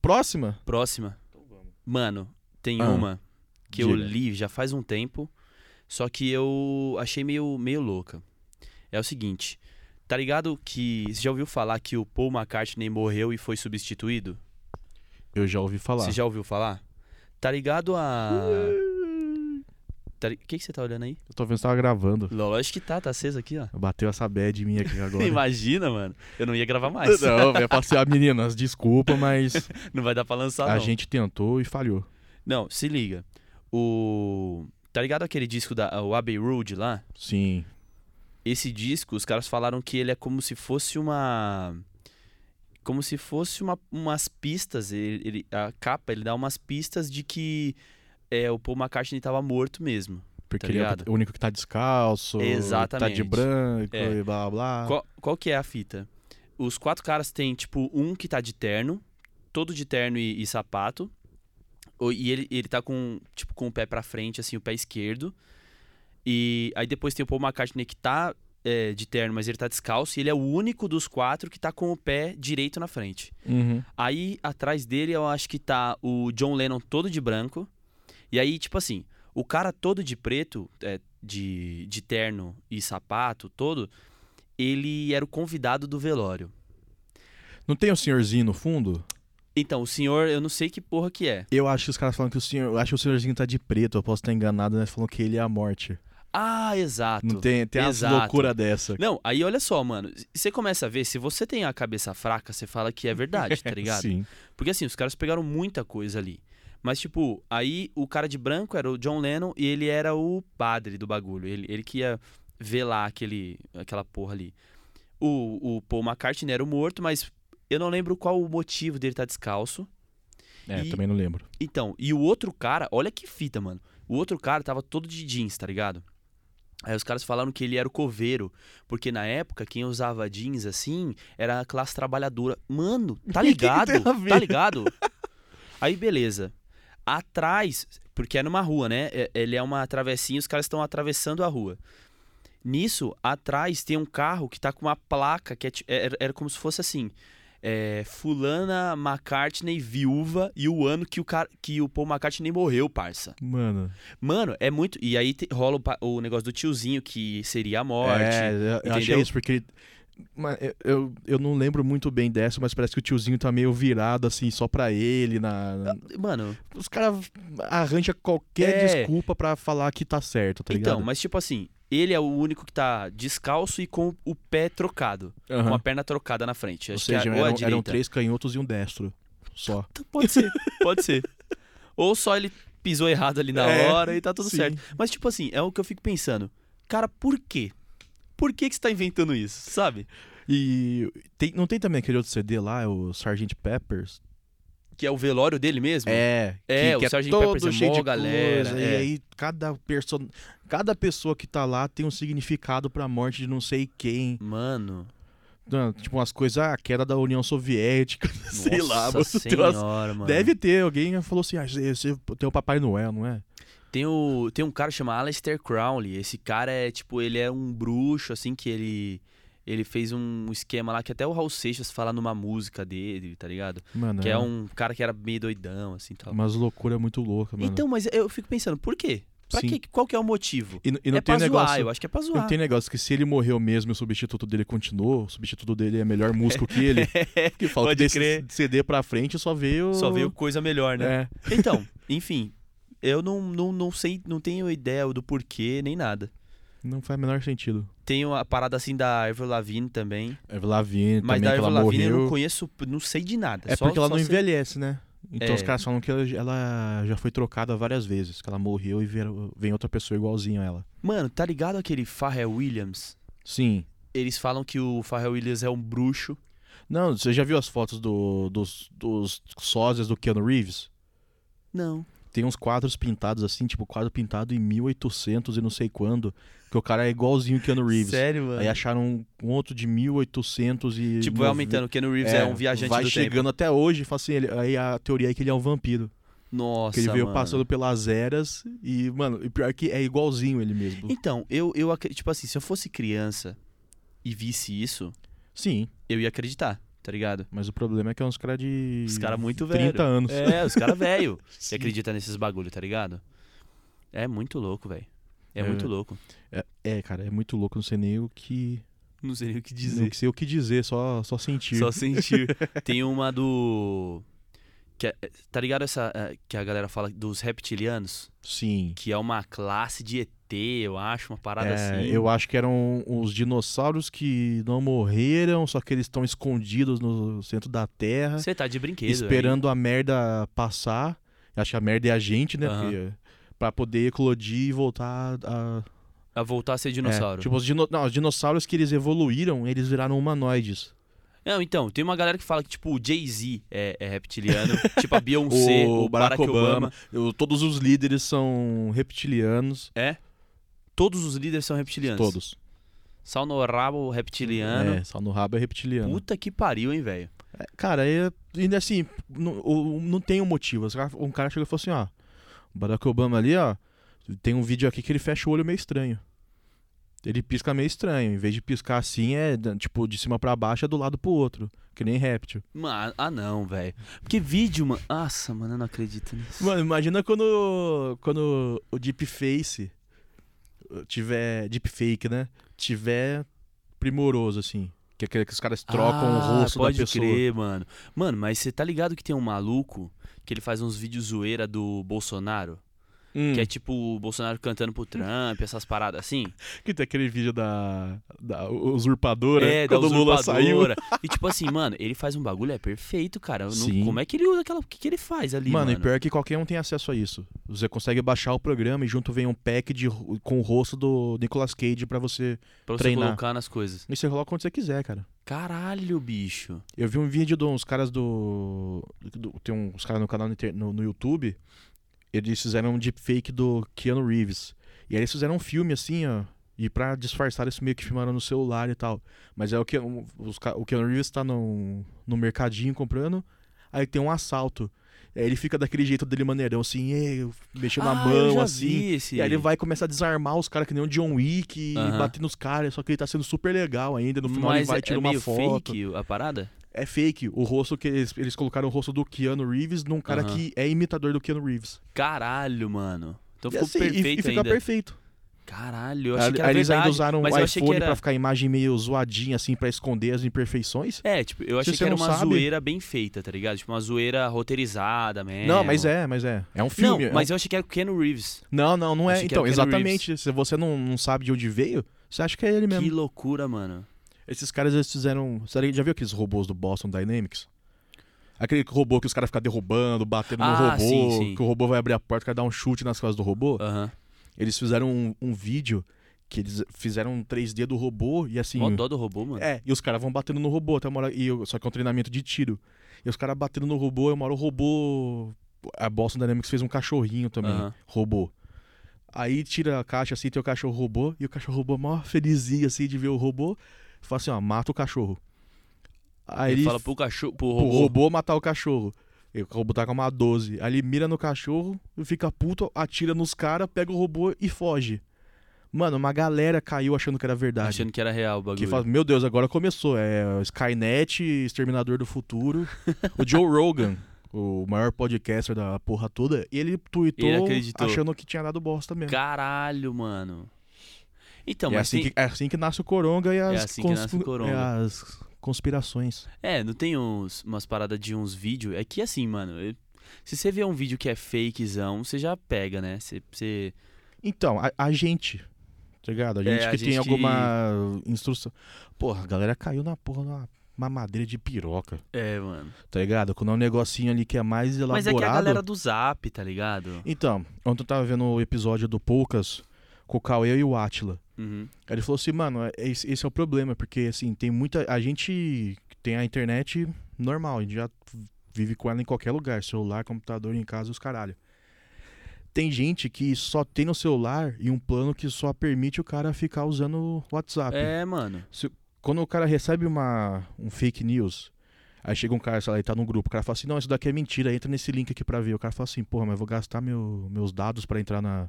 Speaker 1: Próxima?
Speaker 2: Próxima. Mano, tem
Speaker 1: Ah,
Speaker 2: uma que eu
Speaker 1: diga.
Speaker 2: li já faz um tempo, só que eu achei meio, meio louca. É o seguinte, tá ligado que... Você já ouviu falar que o Paul McCartney morreu e foi substituído?
Speaker 1: Eu já ouvi falar.
Speaker 2: Você já ouviu falar? Tá ligado a... Tá li- O que, que você tá olhando aí?
Speaker 1: Eu tô vendo que você tava gravando.
Speaker 2: Lógico que tá, tá aceso aqui, ó.
Speaker 1: Bateu essa bad minha aqui agora.
Speaker 2: Imagina, mano. Eu não ia gravar mais. Não,
Speaker 1: Não, vai passear, meninas. Desculpa, mas
Speaker 2: vai dar pra lançar,
Speaker 1: a
Speaker 2: não.
Speaker 1: gente tentou e falhou.
Speaker 2: Não, se liga. O. Tá ligado aquele disco da o Abbey Road lá?
Speaker 1: Sim.
Speaker 2: Esse disco, os caras falaram que ele é como se fosse uma. Como se fosse uma, umas pistas. Ele, ele- a capa, ele dá umas pistas de que é, o Paul McCartney tava morto mesmo.
Speaker 1: Porque
Speaker 2: Tá
Speaker 1: ele é
Speaker 2: ligado?
Speaker 1: o único que tá descalço, tá de
Speaker 2: Exatamente.
Speaker 1: branco
Speaker 2: É.
Speaker 1: e blá blá.
Speaker 2: Qual, qual que é a fita? Os quatro caras têm, tipo, um que tá de terno, todo de terno e, e sapato. o- E ele, ele tá com, tipo, com o pé pra frente, assim, o pé esquerdo. E aí depois tem o Paul McCartney que tá é, de terno, mas ele tá descalço. E ele é o único dos quatro que tá com o pé direito na frente.
Speaker 1: Uhum.
Speaker 2: Aí atrás dele eu acho que tá o John Lennon todo de branco. E aí, tipo assim, o cara todo de preto, é, de, de terno e sapato todo, ele era o convidado do velório.
Speaker 1: Não tem o senhorzinho no fundo?
Speaker 2: Então, o senhor, eu não sei que porra que é.
Speaker 1: Eu acho que os caras falam que o senhor. Eu acho que o senhorzinho tá de preto, eu posso estar enganado, né? Falam que ele é a morte.
Speaker 2: Ah, exato.
Speaker 1: Não tem, tem as
Speaker 2: Exato. Tá
Speaker 1: loucuras dessa.
Speaker 2: Não, aí olha só, mano. Você começa a ver, se você tem a cabeça fraca, você fala que é verdade, tá ligado?
Speaker 1: Sim.
Speaker 2: Porque assim, os caras pegaram muita coisa ali. Mas, tipo, aí o cara de branco era o John Lennon e ele era o padre do bagulho. Ele, ele que ia velar aquele, aquela porra ali. O, o Paul McCartney era o morto, mas eu não lembro qual o motivo dele estar descalço.
Speaker 1: É,
Speaker 2: E-
Speaker 1: também não lembro.
Speaker 2: Então, e o outro cara, olha que fita, mano. O outro cara tava todo de jeans, tá ligado? Aí os caras falaram que ele era o coveiro, porque na época quem usava jeans assim era a classe trabalhadora. Mano, tá
Speaker 1: Que que
Speaker 2: ligado?
Speaker 1: tem a ver?
Speaker 2: tá ligado? Aí beleza. Atrás, porque é numa rua, né? É- Ele é uma travessinha, os caras estão atravessando a rua. Nisso, atrás tem um carro que tá com uma placa que é ti- era, era como se fosse assim: é, Fulana McCartney viúva e o ano que o, cara, que o Paul McCartney morreu, parça.
Speaker 1: Mano.
Speaker 2: Mano, é muito. E aí te- rola o, pa- o negócio do tiozinho que seria a morte.
Speaker 1: É, eu- eu achei
Speaker 2: entendeu?
Speaker 1: isso, porque. ele- Mas eu- eu, eu não lembro muito bem dessa, mas parece que o tiozinho tá meio virado, assim, só pra ele. Na, na-
Speaker 2: Mano,
Speaker 1: Os caras arranjam qualquer
Speaker 2: Ah, É.
Speaker 1: desculpa pra falar que tá certo, tá
Speaker 2: então,
Speaker 1: ligado?
Speaker 2: mas tipo assim, ele é o único que tá descalço e com o pé trocado.
Speaker 1: Aham.
Speaker 2: Com a perna trocada na frente.
Speaker 1: Ou
Speaker 2: Acho
Speaker 1: seja, um,
Speaker 2: que é, ou a
Speaker 1: eram,
Speaker 2: direita.
Speaker 1: eram três canhotos e um destro. Só.
Speaker 2: Então, Pode ser, pode ser. Ou só ele pisou errado ali na
Speaker 1: É,
Speaker 2: hora e tá tudo
Speaker 1: sim.
Speaker 2: certo. Mas, tipo assim, é o que eu fico pensando. Cara, por quê? Por que, que você tá inventando isso, sabe?
Speaker 1: E tem- não tem também aquele outro CD lá, o Sgt. é Peppers?
Speaker 2: que é o velório dele mesmo.
Speaker 1: É,
Speaker 2: É,
Speaker 1: que,
Speaker 2: o
Speaker 1: que
Speaker 2: Sgt.
Speaker 1: todo
Speaker 2: Pepper's é
Speaker 1: cheio
Speaker 2: mó
Speaker 1: de
Speaker 2: galera,
Speaker 1: coisa, E
Speaker 2: é.
Speaker 1: aí, cada, perso... cada pessoa que tá lá tem um significado pra morte de não sei quem.
Speaker 2: Mano,
Speaker 1: Não, tipo, umas coisas, a queda da União Soviética, sei lá.
Speaker 2: nossa
Speaker 1: você tem umas-
Speaker 2: senhora, mano.
Speaker 1: Deve ter, alguém falou assim, ah, esse tem o Papai Noel, não é?
Speaker 2: Tem, o, tem um cara chamado Aleister Crowley. Esse cara é, tipo, ele é um bruxo, assim, que ele. Ele fez um esquema lá que até o Raul Seixas fala numa música dele, tá ligado?
Speaker 1: Mano,
Speaker 2: Que é um cara que era meio doidão, assim tal.
Speaker 1: umas loucuras muito loucas, mano.
Speaker 2: Então, mas eu fico pensando, por quê? Pra
Speaker 1: Sim.
Speaker 2: quê? Qual que é o motivo?
Speaker 1: e, n- e não
Speaker 2: é
Speaker 1: tem
Speaker 2: pra
Speaker 1: um negócio...
Speaker 2: zoar, eu acho que é pra zoar.
Speaker 1: Não tem negócio que se ele morreu mesmo e o substituto dele continuou, o substituto dele é melhor músico que ele, que falta
Speaker 2: Pode
Speaker 1: desse
Speaker 2: crer.
Speaker 1: CD pra frente só veio...
Speaker 2: Só veio coisa melhor, né?
Speaker 1: um É,
Speaker 2: Então, enfim, eu não, não, não sei, não tenho ideia do porquê nem nada.
Speaker 1: não faz o menor sentido.
Speaker 2: Tem uma parada assim da Avril Lavigne também.
Speaker 1: Avril Lavigne
Speaker 2: Mas
Speaker 1: também,
Speaker 2: da
Speaker 1: que ela
Speaker 2: Avril Lavigne eu não
Speaker 1: morreu.
Speaker 2: conheço, não sei de nada.
Speaker 1: É
Speaker 2: só-
Speaker 1: porque ela
Speaker 2: só
Speaker 1: não
Speaker 2: sei-
Speaker 1: envelhece, né? Então
Speaker 2: É.
Speaker 1: os caras falam que ela, ela já foi trocada várias vezes, que ela morreu e vieram- vem outra pessoa igualzinha a ela.
Speaker 2: Mano, tá ligado aquele Pharrell Williams?
Speaker 1: Sim.
Speaker 2: Eles falam que o Pharrell Williams é um bruxo.
Speaker 1: Não, você já viu as fotos do- dos, dos sósias do Keanu Reeves?
Speaker 2: Não.
Speaker 1: Tem uns quadros pintados assim, tipo quadro pintado em 1800 e não sei quando, que o cara é igualzinho o Keanu Reeves.
Speaker 2: Sério, mano?
Speaker 1: Aí acharam um outro de 1800 e...
Speaker 2: tipo, vai
Speaker 1: nove-
Speaker 2: aumentando. O Keanu Reeves é, um viajante
Speaker 1: Vai
Speaker 2: do tempo.
Speaker 1: chegando até hoje e fala assim, ele- aí a teoria é que ele é um vampiro.
Speaker 2: Nossa,
Speaker 1: Que ele veio
Speaker 2: mano.
Speaker 1: passando pelas eras e, mano, e pior que é igualzinho ele mesmo.
Speaker 2: Então, eu, eu acre- tipo assim, se eu fosse criança e visse isso,
Speaker 1: Sim,
Speaker 2: eu ia acreditar, tá ligado?
Speaker 1: mas o problema é que é uns caras de.
Speaker 2: Os caras muito
Speaker 1: 30
Speaker 2: velho.
Speaker 1: anos.
Speaker 2: É, os caras velho que
Speaker 1: Sim.
Speaker 2: acredita nesses bagulho, tá ligado? É muito louco, velho. É,
Speaker 1: É.
Speaker 2: muito louco.
Speaker 1: É, cara, é muito louco, não sei nem o que.
Speaker 2: Não sei nem o que
Speaker 1: Não sei o que dizer, só, só sentir.
Speaker 2: Só sentir. Tem uma do que é- tá ligado essa eh, que a galera fala dos reptilianos,
Speaker 1: Sim.
Speaker 2: que é uma classe de ET, eu acho, uma parada
Speaker 1: É,
Speaker 2: assim.
Speaker 1: Eu acho que eram os dinossauros que não morreram, só que eles estão escondidos no centro da Terra,
Speaker 2: Você tá de brinquedo, velho.
Speaker 1: esperando a merda passar. Eu Acho que a merda é a gente, né?
Speaker 2: Aham.
Speaker 1: Porque- pra poder eclodir e voltar a
Speaker 2: a voltar a ser dinossauro.
Speaker 1: É, tipo, os, dino- não, os dinossauros que eles evoluíram, eles viraram humanoides.
Speaker 2: Não, então, tem uma galera que fala que, tipo, o Jay-Z é, é reptiliano, tipo a Beyoncé, o, Barack Obama.
Speaker 1: o- todos os líderes são reptilianos.
Speaker 2: Todos os líderes são reptilianos.
Speaker 1: Todos.
Speaker 2: Sal no rabo, reptiliano.
Speaker 1: É, só no rabo é reptiliano.
Speaker 2: Puta que pariu, hein, velho.
Speaker 1: É, cara, é, ainda assim, não, o- o- não tem um motivo. Os cara- Um cara chegou e falou assim, ó, o Barack Obama ali, ó, tem um vídeo aqui que ele fecha o olho meio estranho. Ele pisca meio estranho. Em vez de piscar assim, é da- tipo de cima pra baixo, é do lado pro outro. Que nem réptil.
Speaker 2: Mano, ah, não, velho. Porque vídeo, mano. Nossa, mano, eu não acredito nisso.
Speaker 1: Mano, imagina quando, quando o Deepface uh, tiver. Deepfake, né? Tiver primoroso, assim. Que, é aquele que os caras trocam
Speaker 2: Ah,
Speaker 1: o rosto da
Speaker 2: pode
Speaker 1: pessoa.
Speaker 2: crer, mano. Mano, mas você tá ligado que tem um maluco que ele faz uns vídeos zoeira do Bolsonaro?
Speaker 1: Hum,
Speaker 2: Que é
Speaker 1: que,
Speaker 2: tipo o Bolsonaro cantando pro Trump, essas paradas assim?
Speaker 1: tem aquele vídeo da, da usurpadora.
Speaker 2: É, da
Speaker 1: quando o Lula saiu.
Speaker 2: usurpadora. E tipo assim, mano, ele faz um bagulho, é perfeito, cara. Eu não-
Speaker 1: Sim.
Speaker 2: como é que ele usa aquela. O que, que ele faz ali,
Speaker 1: Mano,
Speaker 2: mano?
Speaker 1: e pior que qualquer um tem acesso a isso. Você consegue baixar o programa e junto vem um pack de, ro- com o rosto do Nicolas Cage pra você.
Speaker 2: pra você
Speaker 1: treinar.
Speaker 2: colocar nas coisas.
Speaker 1: E você coloca onde você quiser, cara.
Speaker 2: Caralho, bicho.
Speaker 1: Eu vi um vídeo de uns caras do. do- tem uns caras no canal no, inter- no- no YouTube. Eles fizeram um deepfake do Keanu Reeves. E aí eles fizeram um filme assim, ó. E pra disfarçar isso, meio que filmaram no celular e tal. Mas é o que os ca- o Keanu Reeves tá no, no mercadinho comprando. Aí tem um assalto. Aí ele fica daquele jeito dele maneirão, assim, "Ei", mexendo a
Speaker 2: Ah,
Speaker 1: mão,
Speaker 2: eu já
Speaker 1: assim.
Speaker 2: vi esse-
Speaker 1: E aí ele vai começar a desarmar os caras que nem o John Wick
Speaker 2: Aham.
Speaker 1: e bater nos caras, só que ele tá sendo super legal ainda. No final ele
Speaker 2: Mas
Speaker 1: vai e
Speaker 2: é-
Speaker 1: tira
Speaker 2: é
Speaker 1: uma
Speaker 2: meio
Speaker 1: foto.
Speaker 2: fake a parada?
Speaker 1: É fake. O rosto que eles, eles colocaram o rosto do Keanu Reeves num cara
Speaker 2: Aham.
Speaker 1: que é imitador do Keanu Reeves.
Speaker 2: Caralho, mano. Então
Speaker 1: E
Speaker 2: ficou
Speaker 1: assim, e-
Speaker 2: perfeito
Speaker 1: e, fica
Speaker 2: ainda.
Speaker 1: perfeito.
Speaker 2: Caralho, eu achei que era
Speaker 1: Aí eles
Speaker 2: verdade,
Speaker 1: ainda usaram o
Speaker 2: mas eu achei que
Speaker 1: iPhone
Speaker 2: era...
Speaker 1: pra ficar a imagem meio zoadinha, assim, pra esconder as imperfeições.
Speaker 2: É, tipo, eu
Speaker 1: Se
Speaker 2: achei que
Speaker 1: você
Speaker 2: era
Speaker 1: não
Speaker 2: uma
Speaker 1: sabe-
Speaker 2: zoeira bem feita, tá ligado? Tipo, uma zoeira roteirizada mesmo.
Speaker 1: não, mas é, mas é. É um filme. é
Speaker 2: Não,
Speaker 1: um-
Speaker 2: mas eu achei que era o Ken Reeves.
Speaker 1: não, não, não é.
Speaker 2: Achei que
Speaker 1: Então,
Speaker 2: era o Keanu
Speaker 1: exatamente. Se você não, não sabe de onde veio, você acha que é ele mesmo.
Speaker 2: Que loucura, mano.
Speaker 1: Esses caras, eles fizeram... Você já viu aqueles robôs do Boston Dynamics? Aquele robô que os caras ficam derrubando, batendo no
Speaker 2: Ah,
Speaker 1: robô,
Speaker 2: sim, sim.
Speaker 1: que o robô vai abrir a porta, o cara dá um chute nas costas do robô.
Speaker 2: Aham.
Speaker 1: Eles fizeram um, um vídeo que eles fizeram um 3D do robô e assim.
Speaker 2: Mó dó né? do robô, mano.
Speaker 1: É, e os caras vão batendo no robô até uma hora. E, eu- só que é um é treinamento de tiro. E os caras batendo no robô, e uma hora o robô. A Boston Dynamics fez um cachorrinho também,
Speaker 2: Aham.
Speaker 1: robô. Aí tira a caixa assim, tem o cachorro robô, e o cachorro robô, é mó felizinho assim de ver o robô, fala assim: ó, mata o cachorro. Aí
Speaker 2: ele fala pro cachorro, pro
Speaker 1: pro
Speaker 2: robô.
Speaker 1: robô. matar o cachorro. E o robô tá com uma 12. Aí ele mira no cachorro, fica puto, atira nos caras, pega o robô e foge. Mano, uma galera caiu achando que era verdade.
Speaker 2: Achando que era real o
Speaker 1: Que
Speaker 2: bagulho.
Speaker 1: fala, meu Deus, agora começou. É Skynet, Exterminador do Futuro. o Joe Rogan, o maior podcaster da porra toda, ele tweetou
Speaker 2: Ele acreditou.
Speaker 1: achando que tinha dado bosta mesmo.
Speaker 2: Caralho, mano. Então,
Speaker 1: é,
Speaker 2: mas
Speaker 1: assim
Speaker 2: tem-
Speaker 1: que, é assim que nasce o Coronga e as,
Speaker 2: assim que nasce o Coronga.
Speaker 1: e as conspirações.
Speaker 2: É, não tem uns, umas paradas de uns vídeos. É que assim, mano, eu- se você vê um vídeo que é fakezão, você já pega, né? Você, você-
Speaker 1: Então, a, a gente. Tá ligado? A
Speaker 2: É,
Speaker 1: gente
Speaker 2: a
Speaker 1: que tem
Speaker 2: gente-
Speaker 1: alguma instrução. Porra, a galera caiu na porra numa mamadeira de piroca,
Speaker 2: É, mano.
Speaker 1: tá ligado? Quando é um negocinho ali que é mais elaborado.
Speaker 2: Mas é que a galera do Zap, tá ligado?
Speaker 1: Então, ontem eu tava vendo o episódio do Poucas com o Cauê e o Atila.
Speaker 2: Uhum.
Speaker 1: Aí ele falou assim, mano, é- esse, esse é o problema, porque assim, tem muita. A gente que tem a internet normal, a gente já vive com ela em qualquer lugar, celular, computador, em casa, os caralho. Tem gente que só tem no celular e um plano que só permite o cara ficar usando o WhatsApp.
Speaker 2: É, mano.
Speaker 1: Quando o cara recebe uma, um fake news, aí chega um cara, sei lá, e tá num grupo, o cara fala assim, não, isso daqui é mentira, entra nesse link aqui pra ver. O cara fala assim, porra, mas eu vou gastar meu- meus dados pra entrar na,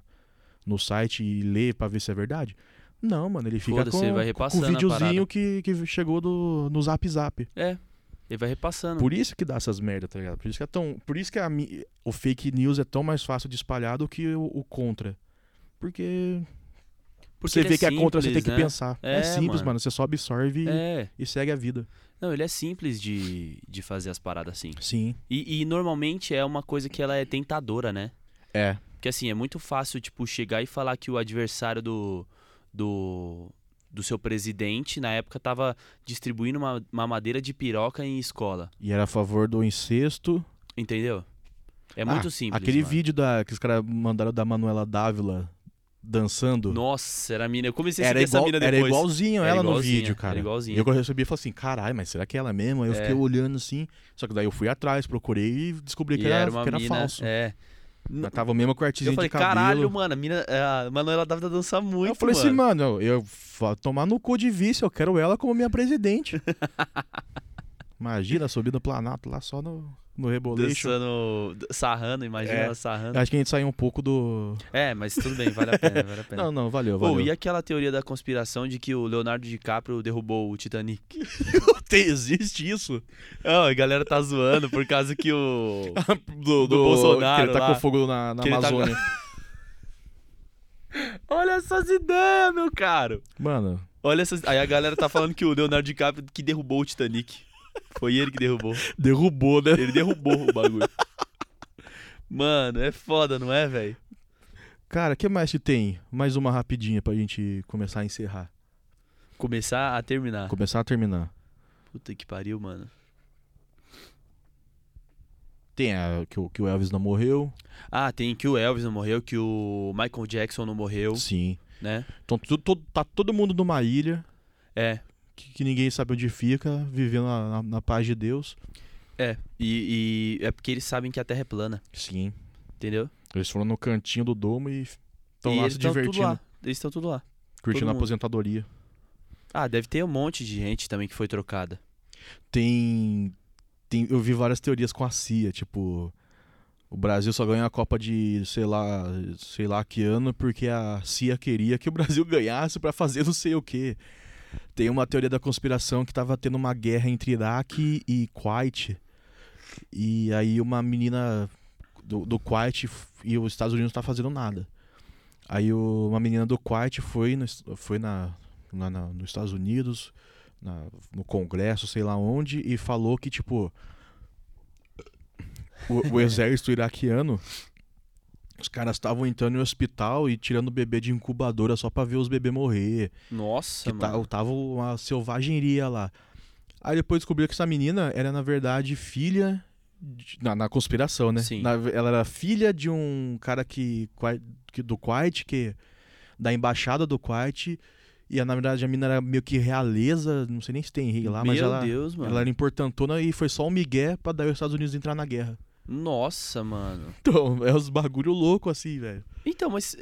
Speaker 1: no site e ler pra ver se é verdade? Não, mano, ele fica
Speaker 2: Foda-se,
Speaker 1: com,
Speaker 2: ele vai
Speaker 1: com o
Speaker 2: repassando a
Speaker 1: videozinho
Speaker 2: parada. Hum.
Speaker 1: que, que chegou do, no Zap Zap.
Speaker 2: Ele vai repassando.
Speaker 1: Por isso que dá essas merda, tá ligado? Por isso que, é tão, por isso que a mi- o fake news é tão mais fácil de espalhar do que o, o contra. Porque,
Speaker 2: Porque
Speaker 1: você
Speaker 2: ele
Speaker 1: vê que é contra, você tem
Speaker 2: simples,
Speaker 1: que
Speaker 2: né?
Speaker 1: pensar. É,
Speaker 2: É,
Speaker 1: simples,
Speaker 2: mano.
Speaker 1: mano. Você só absorve e-
Speaker 2: É.
Speaker 1: e segue a vida.
Speaker 2: Não, ele é simples de, de fazer as paradas assim.
Speaker 1: Sim.
Speaker 2: E, e normalmente é uma coisa que ela é tentadora, né?
Speaker 1: É.
Speaker 2: Porque assim, é muito fácil, tipo, chegar e falar que o adversário do. do. do seu presidente, na época, tava distribuindo uma, uma madeira de piroca em escola.
Speaker 1: E era a favor do incesto.
Speaker 2: Entendeu? É muito
Speaker 1: Ah,
Speaker 2: simples.
Speaker 1: Aquele
Speaker 2: mano.
Speaker 1: vídeo da, que os caras mandaram da Manuela Dávila dançando.
Speaker 2: Nossa, era a mina. Eu comecei a
Speaker 1: era,
Speaker 2: seguir
Speaker 1: igual,
Speaker 2: essa mina
Speaker 1: era
Speaker 2: depois.
Speaker 1: igualzinho
Speaker 2: Era
Speaker 1: ela
Speaker 2: igualzinha,
Speaker 1: no vídeo, cara.
Speaker 2: era igualzinha.
Speaker 1: E eu quando eu recebi eu falei assim, caralho, mas será que é ela mesmo? Aí eu
Speaker 2: É.
Speaker 1: fiquei olhando assim. Só que daí eu fui atrás, procurei e descobri que
Speaker 2: E
Speaker 1: era,
Speaker 2: era uma
Speaker 1: que era
Speaker 2: mina.
Speaker 1: falso.
Speaker 2: É.
Speaker 1: Mas tava mesmo com o artezinho
Speaker 2: Eu falei,
Speaker 1: de cabelo.
Speaker 2: caralho, mano, a mina. é, A Manuela dava dançar muito.
Speaker 1: eu falei
Speaker 2: mano.
Speaker 1: assim, mano, eu vou tomar no cu de vice, eu quero ela como minha presidente. Imagina, subir no Planalto lá só no, no Rebolation.
Speaker 2: Dançando. Sarrando, imagina
Speaker 1: É.
Speaker 2: ela sarrando.
Speaker 1: Acho que a gente saiu um pouco do.
Speaker 2: É, mas tudo bem, vale a pena, vale a pena.
Speaker 1: Não, não, valeu,
Speaker 2: Pô,
Speaker 1: valeu.
Speaker 2: e aquela teoria da conspiração de que o Leonardo DiCaprio derrubou o Titanic?
Speaker 1: Tem- existe isso?
Speaker 2: Não, a galera tá zoando por causa que o.
Speaker 1: Ah, Do,
Speaker 2: Bolsonaro
Speaker 1: Que ele tá
Speaker 2: lá.
Speaker 1: com fogo na, na
Speaker 2: Que ele tá com-
Speaker 1: Amazônia.
Speaker 2: Olha essas ideias, meu caro!
Speaker 1: Mano,
Speaker 2: Olha essas. Aí a galera tá falando que o Leonardo DiCaprio que derrubou o Titanic. Foi ele que derrubou.
Speaker 1: derrubou, né?
Speaker 2: Ele derrubou o bagulho. Mano, é foda, não é, velho?
Speaker 1: Cara, o que mais que tem? Mais uma rapidinha pra gente começar a encerrar.
Speaker 2: Começar a terminar.
Speaker 1: Começar a terminar.
Speaker 2: Puta que pariu, mano.
Speaker 1: Tem a, que, o, que o Elvis não morreu.
Speaker 2: Ah, tem que o Elvis não morreu, que o Michael Jackson não morreu,
Speaker 1: Sim.
Speaker 2: né?
Speaker 1: Então tu- tu- tá todo mundo numa ilha
Speaker 2: É,
Speaker 1: que, que ninguém sabe onde fica, vivendo na, na- na paz de Deus.
Speaker 2: é. E, e é porque eles sabem que a Terra é plana,
Speaker 1: Sim.
Speaker 2: entendeu?
Speaker 1: Eles foram no cantinho do domo e estão
Speaker 2: e
Speaker 1: lá
Speaker 2: eles
Speaker 1: se
Speaker 2: tão tudo
Speaker 1: divertindo,
Speaker 2: lá. Eles estão tudo lá.
Speaker 1: curtindo
Speaker 2: todo
Speaker 1: a
Speaker 2: mundo.
Speaker 1: aposentadoria.
Speaker 2: Ah, deve ter um monte de gente também que foi trocada.
Speaker 1: tem, tem. Eu vi várias teorias com a CIA, tipo. O Brasil só ganhou a Copa de sei lá, sei lá que ano porque a CIA queria que o Brasil ganhasse pra fazer não sei o quê. Tem uma teoria da conspiração que tava tendo uma guerra entre Iraque e Kuwait. E aí uma menina do, do Kuwait f- e os Estados Unidos não tá fazendo nada. Aí o- uma menina do Kuwait foi, no, foi na, lá na- nos Estados Unidos, na- no Congresso, sei lá onde, e falou que, tipo, o, o exército iraquiano, os caras estavam entrando em hospital e tirando o bebê de incubadora só pra ver os bebês morrer.
Speaker 2: Nossa,
Speaker 1: Que tá ta-
Speaker 2: mano.
Speaker 1: tava uma selvageria lá. Aí depois descobriu que essa menina era, na verdade, filha. de- na, na conspiração, né?
Speaker 2: Sim.
Speaker 1: Na- ela era filha de um cara que, que do Kuwait, que da embaixada do Kuwait, e E na verdade a mina era meio que realeza, não sei nem se tem rei lá, mas
Speaker 2: Meu
Speaker 1: ela,
Speaker 2: Deus, mano.
Speaker 1: ela era importantona e foi só um migué pra dar os Estados Unidos entrar na guerra.
Speaker 2: Nossa, mano.
Speaker 1: Então, é os bagulho louco assim, velho.
Speaker 2: Então, mas.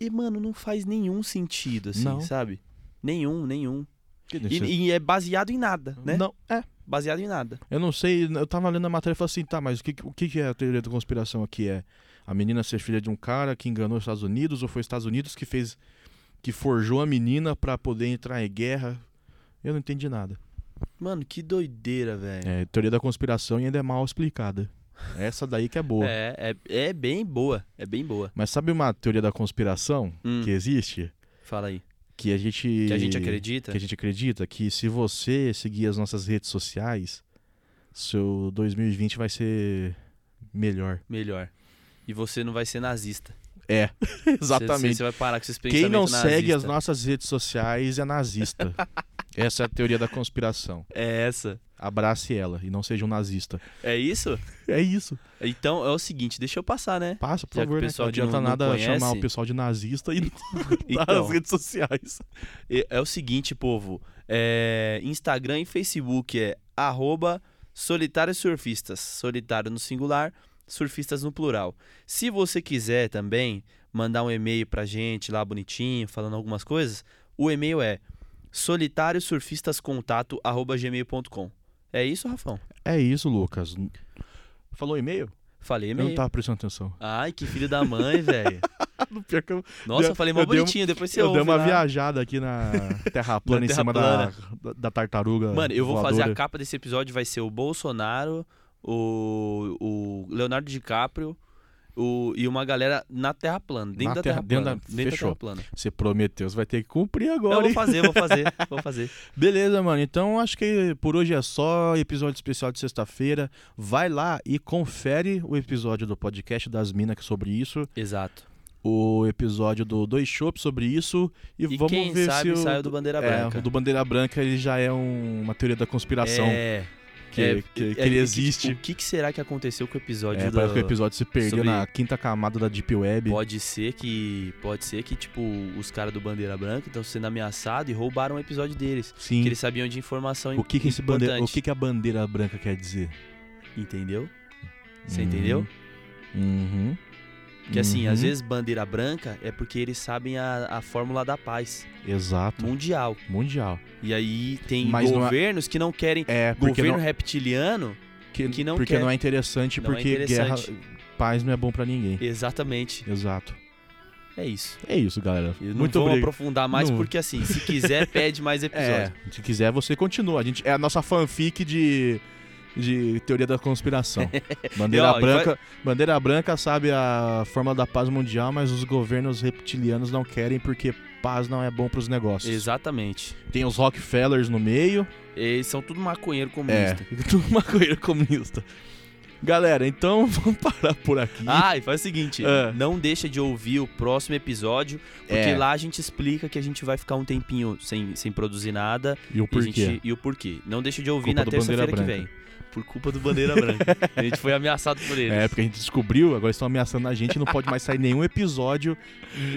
Speaker 2: E, mano, não faz nenhum sentido, assim,
Speaker 1: Não.
Speaker 2: sabe? Nenhum, nenhum.
Speaker 1: Que
Speaker 2: E,
Speaker 1: isso-
Speaker 2: e é baseado em nada, né?
Speaker 1: Não, é.
Speaker 2: Baseado em nada.
Speaker 1: Eu não sei, eu tava lendo a matéria e falei assim, tá, mas o que, o que que é a teoria da conspiração aqui? É a menina ser filha de um cara que enganou os Estados Unidos ou foi os Estados Unidos que fez, que forjou a menina pra poder entrar em guerra? Eu não entendi nada.
Speaker 2: Mano, que doideira, velho.
Speaker 1: É, teoria da conspiração e ainda é mal explicada. Essa daí que é boa.
Speaker 2: É, é, é bem boa. É bem boa.
Speaker 1: Mas sabe uma teoria da conspiração
Speaker 2: Hum,
Speaker 1: que existe?
Speaker 2: Fala aí.
Speaker 1: Que a gente.
Speaker 2: Que a gente acredita?
Speaker 1: Que a gente acredita que se você seguir as nossas redes sociais, seu 2020 vai ser melhor.
Speaker 2: Melhor. E você não vai ser nazista.
Speaker 1: É,
Speaker 2: Você,
Speaker 1: exatamente.
Speaker 2: você vai parar com esses
Speaker 1: Quem não
Speaker 2: pensamentos nazistas.
Speaker 1: segue as nossas redes sociais é nazista. Essa é a teoria da conspiração.
Speaker 2: É essa.
Speaker 1: Abrace ela e não seja um nazista.
Speaker 2: É isso?
Speaker 1: É isso.
Speaker 2: Então é o seguinte, deixa eu passar, né?
Speaker 1: Passa, por
Speaker 2: Já que o
Speaker 1: favor, né?
Speaker 2: pessoal
Speaker 1: Não
Speaker 2: que
Speaker 1: adianta
Speaker 2: não- não
Speaker 1: nada
Speaker 2: conhece-
Speaker 1: chamar o pessoal de nazista e não dar
Speaker 2: Então,
Speaker 1: as redes sociais.
Speaker 2: é- é o seguinte, povo. É, Instagram e Facebook é arroba solitário surfistas. Solitário no singular, surfistas no plural. Se você quiser também mandar um e-mail pra gente lá bonitinho, falando algumas coisas, o e-mail é solitariosurfistascontato.gmail.com. É isso, Rafão?
Speaker 1: É isso, Lucas. Falou e-mail?
Speaker 2: Falei
Speaker 1: Eu não
Speaker 2: e-mail. Ah,
Speaker 1: tava prestando atenção.
Speaker 2: Ai, que filho da mãe, velho.
Speaker 1: Pior que eu,
Speaker 2: Nossa,
Speaker 1: Deu-
Speaker 2: eu falei mó
Speaker 1: eu dei um-
Speaker 2: bonitinho, depois você
Speaker 1: eu
Speaker 2: ouve
Speaker 1: dei uma
Speaker 2: lá.
Speaker 1: viajada aqui na terra plana em
Speaker 2: terra
Speaker 1: cima da, da, da tartaruga.
Speaker 2: Mano, eu vou fazer a
Speaker 1: É, voadora.
Speaker 2: capa desse episódio, vai ser o Bolsonaro, o, o Leonardo DiCaprio o, e uma galera na Terra plana, dentro
Speaker 1: Na
Speaker 2: da
Speaker 1: terra-
Speaker 2: Terra,
Speaker 1: dentro
Speaker 2: plana.
Speaker 1: da-
Speaker 2: Dentro da
Speaker 1: fechou.
Speaker 2: Terra plana.
Speaker 1: Você prometeu, você vai ter que cumprir
Speaker 2: Eu
Speaker 1: agora,
Speaker 2: vou
Speaker 1: hein?
Speaker 2: fazer, vou fazer, vou fazer.
Speaker 1: Beleza, mano. Então acho que por hoje é só. Episódio especial de sexta-feira. Vai lá e confere o episódio do podcast das minas que é sobre isso.
Speaker 2: Exato.
Speaker 1: O episódio do Dois Chopp sobre isso. E,
Speaker 2: E
Speaker 1: vamos
Speaker 2: quem
Speaker 1: ver
Speaker 2: sabe
Speaker 1: se o.
Speaker 2: saiu do Bandeira
Speaker 1: é,
Speaker 2: Branca.
Speaker 1: o do Bandeira Branca ele já é um- uma teoria da conspiração
Speaker 2: É,
Speaker 1: que,
Speaker 2: é,
Speaker 1: que- que
Speaker 2: é,
Speaker 1: ele
Speaker 2: o
Speaker 1: existe.
Speaker 2: O que, que será que aconteceu com o episódio
Speaker 1: É,
Speaker 2: da...
Speaker 1: parece que o episódio se perdeu
Speaker 2: sobre-
Speaker 1: na quinta camada da Deep Web.
Speaker 2: Pode ser que, pode ser que tipo, os caras do Bandeira Branca estão sendo ameaçados e roubaram o episódio deles.
Speaker 1: Sim.
Speaker 2: Que eles sabiam de informação
Speaker 1: O que, que, esse bandeira, o
Speaker 2: importante.
Speaker 1: que, que a bandeira branca quer dizer?
Speaker 2: Entendeu? Você
Speaker 1: Uhum.
Speaker 2: entendeu?
Speaker 1: Uhum.
Speaker 2: Que assim, às
Speaker 1: Uhum.
Speaker 2: vezes bandeira branca é porque eles sabem a, a fórmula da paz
Speaker 1: Exato.
Speaker 2: mundial.
Speaker 1: Mundial.
Speaker 2: E aí tem
Speaker 1: Tá. Mas não é-
Speaker 2: governos que não querem.
Speaker 1: É, porque
Speaker 2: Governo
Speaker 1: não,
Speaker 2: reptiliano,
Speaker 1: que,
Speaker 2: que não
Speaker 1: porque
Speaker 2: quer.
Speaker 1: não é interessante,
Speaker 2: Não é
Speaker 1: porque
Speaker 2: interessante.
Speaker 1: guerra, paz não é bom pra ninguém.
Speaker 2: exatamente.
Speaker 1: Exato.
Speaker 2: É isso.
Speaker 1: É isso, galera.
Speaker 2: E não
Speaker 1: Muito
Speaker 2: vamos
Speaker 1: obrigado.
Speaker 2: aprofundar mais,
Speaker 1: Não.
Speaker 2: porque assim, se quiser, pede mais
Speaker 1: É,
Speaker 2: episódio.
Speaker 1: se quiser você continua. A gente é a nossa fanfic de de teoria da conspiração. Bandeira
Speaker 2: E, ó, e
Speaker 1: branca, bandeira branca sabe a fórmula da paz mundial, mas os governos reptilianos não querem porque paz não é bom pros negócios.
Speaker 2: Exatamente.
Speaker 1: Tem os Rockefellers no meio.
Speaker 2: Eles são tudo maconheiro
Speaker 1: É,
Speaker 2: comunista.
Speaker 1: tudo maconheiro comunista. Galera, então vamos parar por aqui.
Speaker 2: Ah, e faz o seguinte,
Speaker 1: É.
Speaker 2: não deixa de ouvir o próximo episódio, porque
Speaker 1: É.
Speaker 2: lá a gente explica que a gente vai ficar um tempinho sem, sem produzir nada,
Speaker 1: e o
Speaker 2: E, a
Speaker 1: porquê?
Speaker 2: gente- e o porquê. Não deixa de ouvir
Speaker 1: Culpa
Speaker 2: na
Speaker 1: do Bandeira
Speaker 2: terça-feira que vem.
Speaker 1: Branca.
Speaker 2: Por culpa do Bandeira Branca. a gente foi ameaçado por eles.
Speaker 1: É, porque a gente descobriu, agora estão ameaçando a gente, não pode mais sair nenhum episódio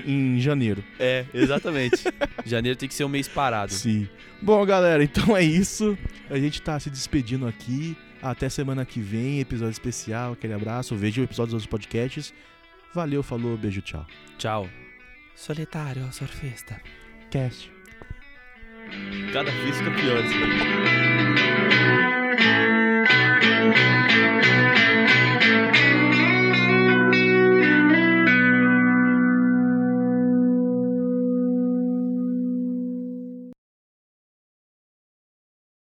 Speaker 1: em, em janeiro.
Speaker 2: É, exatamente. Janeiro tem que ser um mês parado.
Speaker 1: Sim. Bom, galera, então é isso. A gente tá se despedindo aqui. Até semana que vem, episódio especial. Aquele abraço. Veja o episódio dos outros podcasts. Valeu, falou, beijo, tchau.
Speaker 2: Tchau. Solitário, surfista.
Speaker 1: Cast.
Speaker 2: Cada vez fica pior. isso.